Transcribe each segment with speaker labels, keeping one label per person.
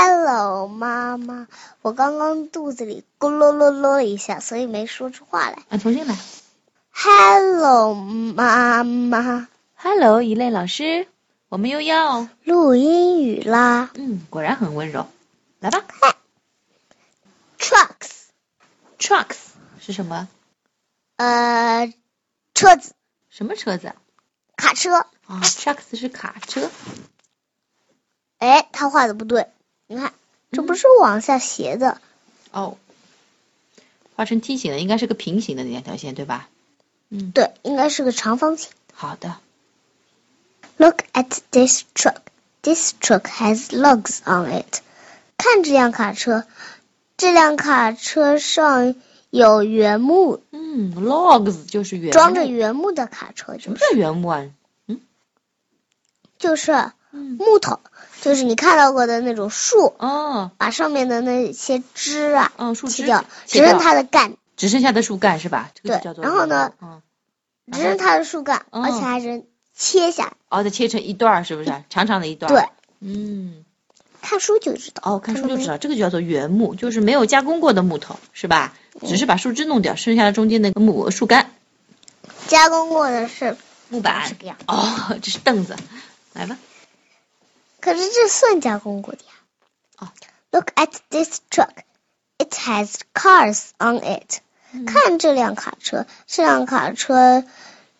Speaker 1: Hello，妈妈，我刚刚肚子里咕噜噜噜一下，所以没说出话来。
Speaker 2: 啊，重新来。
Speaker 1: Hello，妈妈，
Speaker 2: Hello，一类老师，我们又要，
Speaker 1: 录英语啦。
Speaker 2: 嗯，果然很温柔。来吧
Speaker 1: Trucks，
Speaker 2: ，trucks 是什么？
Speaker 1: 呃，车子、
Speaker 2: 什么车子啊？
Speaker 1: 卡车。
Speaker 2: 啊，trucks 是卡车。
Speaker 1: 哎，他画的不对，你看，这不是往下斜的。
Speaker 2: 哦，画成梯形的，应该是个平行的那两条线，对吧？嗯，
Speaker 1: 对，应该是个长方形。
Speaker 2: 好的。
Speaker 1: Look at this truck. This truck has lugs on it. 看这辆卡车，这辆卡车上有原木，
Speaker 2: 嗯，logs 就是原木
Speaker 1: 装着原木的卡车
Speaker 2: 什
Speaker 1: 就
Speaker 2: 么
Speaker 1: 是
Speaker 2: 叫原木啊？
Speaker 1: 就是
Speaker 2: 嗯，
Speaker 1: 木头，就是你看到过的那种树，
Speaker 2: 哦，
Speaker 1: 把上面的那些枝啊
Speaker 2: 嗯，树枝
Speaker 1: 切掉，
Speaker 2: 切
Speaker 1: 只剩
Speaker 2: 掉
Speaker 1: 它的干，
Speaker 2: 只剩下的树干是吧？这个
Speaker 1: 对
Speaker 2: 就叫做
Speaker 1: 然后呢
Speaker 2: 原木？嗯，
Speaker 1: 只剩它的树干，
Speaker 2: 嗯
Speaker 1: 而且还能切下来。
Speaker 2: 哦，再切成一段儿是不是？长长的一段。
Speaker 1: 对，，
Speaker 2: 嗯。
Speaker 1: 看书就知道。
Speaker 2: 哦，看
Speaker 1: 看
Speaker 2: 书
Speaker 1: 到
Speaker 2: 就
Speaker 1: 没
Speaker 2: 知道，这个就叫做原木，就是没有加工过的木头，是吧？只是把树枝弄掉，剩下的中间那个木树干、
Speaker 1: 加工过的是
Speaker 2: 木
Speaker 1: 这个样子，
Speaker 2: 哦，这是凳子，来吧。
Speaker 1: 可是这算加工过的呀。
Speaker 2: 哦
Speaker 1: Look at this truck. It has cars on it.
Speaker 2: 嗯
Speaker 1: 看这辆卡车，这辆卡车，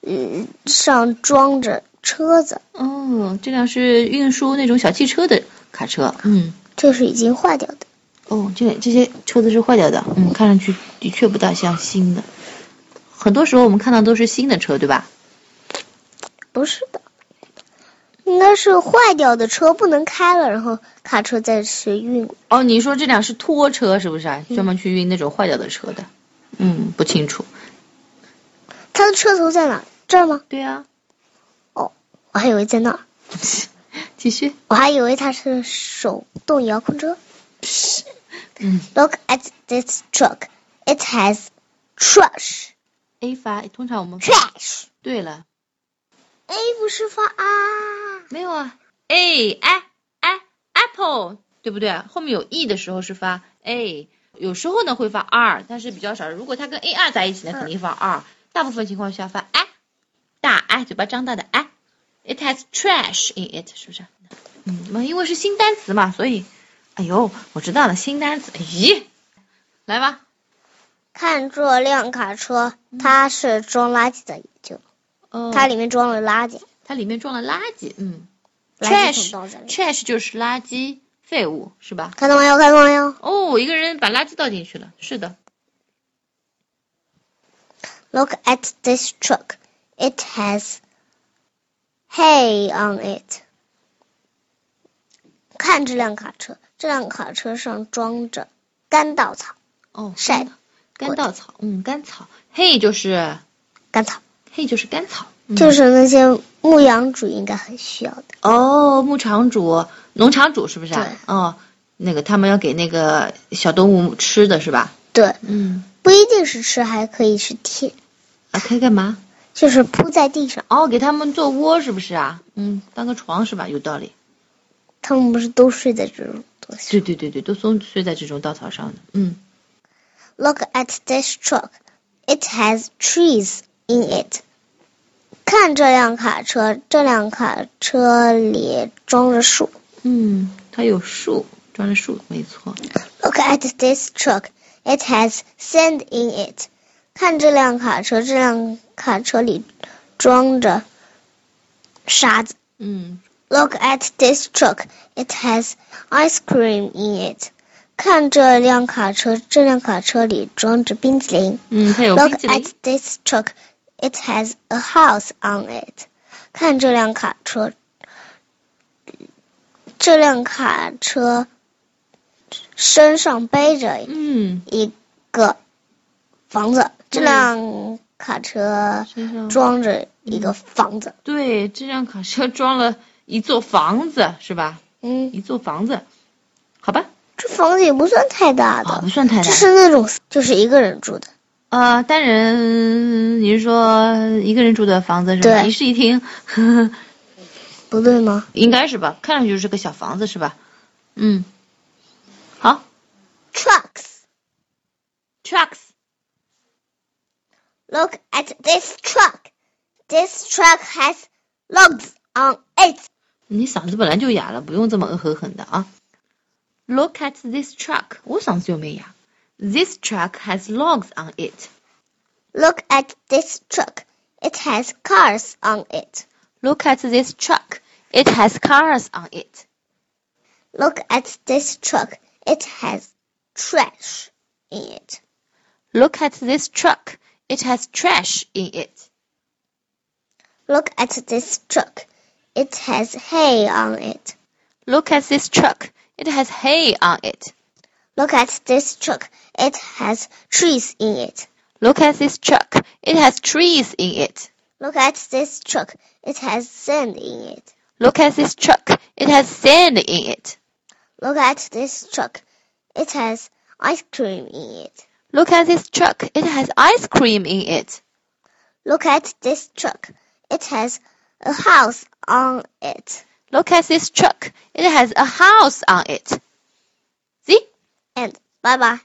Speaker 1: 嗯，上装着车子，
Speaker 2: 哦，这辆是运输那种小汽车的卡车。嗯。
Speaker 1: 这是已经坏掉的。
Speaker 2: 哦，这这些车子是坏掉的，嗯，看上去的确不大像新的。很多时候我们看到都是新的车，对吧？
Speaker 1: 不是的，应该是坏掉的车不能开了，然后卡车再去运过。
Speaker 2: 哦，你说这辆是拖车是不是啊？专门去运那种坏掉的车的。嗯，不清楚。
Speaker 1: 它的车头在哪？这儿吗？哦
Speaker 2: 对啊，
Speaker 1: 我还以为在那儿，
Speaker 2: 继续。
Speaker 1: 我还以为它是手动遥控车。
Speaker 2: 嗯
Speaker 1: Look at this truck. It has trash.
Speaker 2: ，A 发，通常我们
Speaker 1: Trash.
Speaker 2: 对了，
Speaker 1: A 不是发啊？
Speaker 2: 没有啊，a i i apple，对不对？后面有 e 的时候是发 a，有时候呢会发 r，但是比较少。如果它跟 a r 在一起呢，
Speaker 1: 嗯
Speaker 2: 肯定发 r。大部分情况下发 i，大 i 嘴巴张大的 i。It has trash in it，是不是？嗯，那因为是新单词嘛，所以，哎呦，我知道了，新单词。咦，来吧。
Speaker 1: 看这辆卡车，
Speaker 2: 嗯
Speaker 1: 它是装垃圾的，就
Speaker 2: 呃，
Speaker 1: 它里面装了垃圾，
Speaker 2: 它里面装了垃圾，嗯
Speaker 1: 垃圾桶
Speaker 2: ，trash
Speaker 1: 倒在里面。
Speaker 2: trash 就是垃圾废物，是吧？
Speaker 1: 看到没有？看到没有
Speaker 2: 哦，一个人把垃圾倒进去了，是的。
Speaker 1: ？Look at this truck. It has hay on it. 看这辆卡车，这辆卡车上装着干稻草，
Speaker 2: 哦，
Speaker 1: 晒
Speaker 2: 干干稻草，嗯，干草。嘿，就是
Speaker 1: 干草
Speaker 2: 嘿，就是干草，嗯
Speaker 1: 就是那些牧羊主应该很需要的。
Speaker 2: 哦，牧场主、农场主是不是啊
Speaker 1: 对？
Speaker 2: 哦，那个他们要给那个小动物吃的是吧？
Speaker 1: 对，
Speaker 2: 嗯，
Speaker 1: 不一定是吃，还可以是贴，
Speaker 2: 啊，可以干嘛？
Speaker 1: 就是铺在地上。
Speaker 2: 哦，给他们做窝是不是啊？嗯，当个床是吧？有道理。
Speaker 1: 他们不是都睡在这种东西
Speaker 2: 对对对对，都松睡在这种稻草上的。嗯，
Speaker 1: ？Look at this truck. It has trees in it. 看这辆卡车，这辆卡车里装着树。
Speaker 2: 嗯，它有树，装着树，没错。
Speaker 1: Look at this truck. It has sand in it. 看这辆卡车，这辆卡车里装着沙子。
Speaker 2: 嗯，
Speaker 1: Look at this truck. It has ice cream in it. 看这辆卡车，这辆卡车里装着冰淇淋。
Speaker 2: 嗯，它有冰
Speaker 1: Look
Speaker 2: 淇淋
Speaker 1: at。this truck. It has a house on it. 看这辆卡车，这辆卡车身上背着
Speaker 2: 嗯，
Speaker 1: 一个房子。这辆卡车
Speaker 2: 身上
Speaker 1: 装着一个房子。
Speaker 2: 对，这辆卡车装了一座房子，是吧？
Speaker 1: 嗯，
Speaker 2: 一座房子，好吧？
Speaker 1: 这房子也不算太大的
Speaker 2: 啊，。不算太大
Speaker 1: 这。是那种就是一个人住的，
Speaker 2: 呃，单人，你是说一个人住的房子是吧？
Speaker 1: 对
Speaker 2: 一室一厅， 呵呵
Speaker 1: 不对吗？
Speaker 2: 应该是吧？看上去就是个小房子是吧？嗯，
Speaker 1: Look at this truck. This truck has logs on it.
Speaker 2: 你嗓子本来就哑了，不用这么恶狠狠的啊。Look at this truck，我嗓子又没哑。This truck has logs on it.
Speaker 1: Look at this truck. It has cars on it.
Speaker 2: Look at this truck. It has cars on it.
Speaker 1: Look at this truck. It has trash in it.
Speaker 2: Look at this truck. It has trash in it.
Speaker 1: Look at this truck. It has hay on it.
Speaker 2: Look at this truck. It has hay on it.
Speaker 1: Look at this truck. It has trees in it.
Speaker 2: Look at this truck. It has trees in it.
Speaker 1: Look at this truck. It has sand in it.
Speaker 2: Look at this truck. It has sand in it.
Speaker 1: Look at this truck. It has ice cream in it.
Speaker 2: Look at this truck. It has ice cream in it.
Speaker 1: Look at this truck. It has a house on it.
Speaker 2: Look at this truck. It has a house on it. See?
Speaker 1: And bye bye.